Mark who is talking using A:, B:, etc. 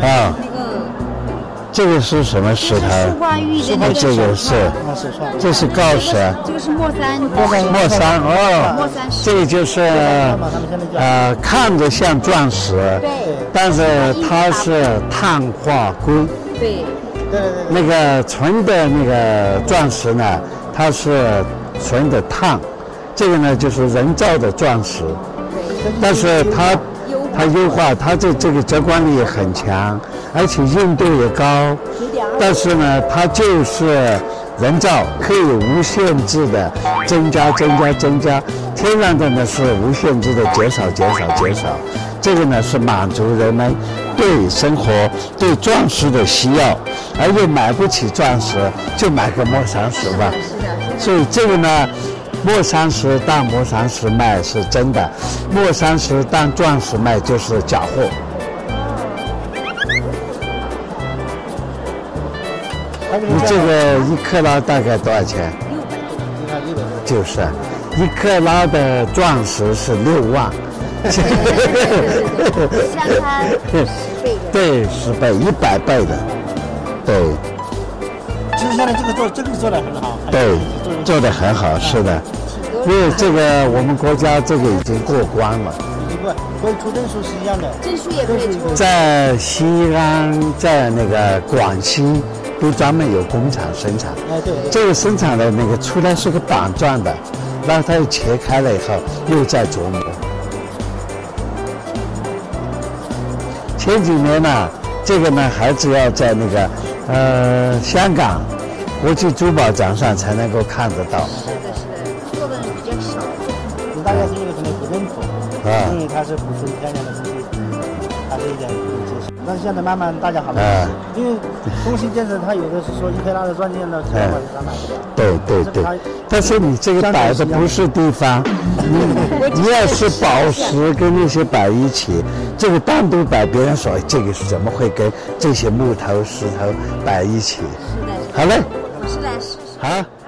A: 啊，
B: 那个
A: 这个是什么石
B: 这
A: 头？
B: 是树冠玉的那个
A: 这个
B: 手
A: 是
B: 串，
C: 那是算
A: 这是锆石，
B: 这个是莫三，
A: 莫三哦，
B: 莫三石
A: 这个就是呃，看着像钻石，
B: 对
A: 但是它是碳化硅。
B: 对
C: 对对对对，
A: 那个纯的那个钻石呢，它是纯的碳，这个呢就是人造的钻石，
B: 对，
A: 但是它它优化，它这这个折光力也很强，而且硬度也高。但是呢，它就是人造，可以无限制的增加、增加、增加。天然的呢是无限制的减少、减少、减少。这个呢是满足人们对生活、对钻石的需要，而又买不起钻石，就买个莫三石吧。
B: 是的，
A: 所以这个呢，莫三石当莫三石卖是真的，莫三石当钻石卖就是假货。
C: 它这
A: 你
C: 个
A: 这个一克拉大概多少钱？
C: 你看一百多，
A: 就是，一克拉的钻石是六万，
B: 相 差十倍的。
A: 对，十倍、一百倍的，对
C: 其实现在这个做这个做的很好，
A: 对，做的很好，是的，因为这个我们国家这个已经过关了。
C: 一个跟出证书是一样的，
B: 证书也可以出，
A: 在西安，在那个广西，都专门有工厂生产。
C: 哎对对，
A: 这个生产的那个出来是个板状的，然后它又切开了以后，又再琢磨。前几年呢，这个呢还只要在那个呃香港国际珠宝展上才能够看得到。
B: 是的，是的，做的比较少。
C: 你大概是那个什么不认可，
A: 啊
C: 因为它是不是天然的东西，它这一点不能接受。但是现在慢慢大家好了
A: 哎，
C: 因为中心建设它有的是说一克拉的钻戒呢，千万是三百多。
A: 对对对，但是你这个摆的不是地方，你你要是宝石跟那些摆一起，这个单独摆，别人说哎这个怎么会跟这些木头石头摆一起？
B: 是的，
A: 好嘞，
B: 我是来试试。
A: 好。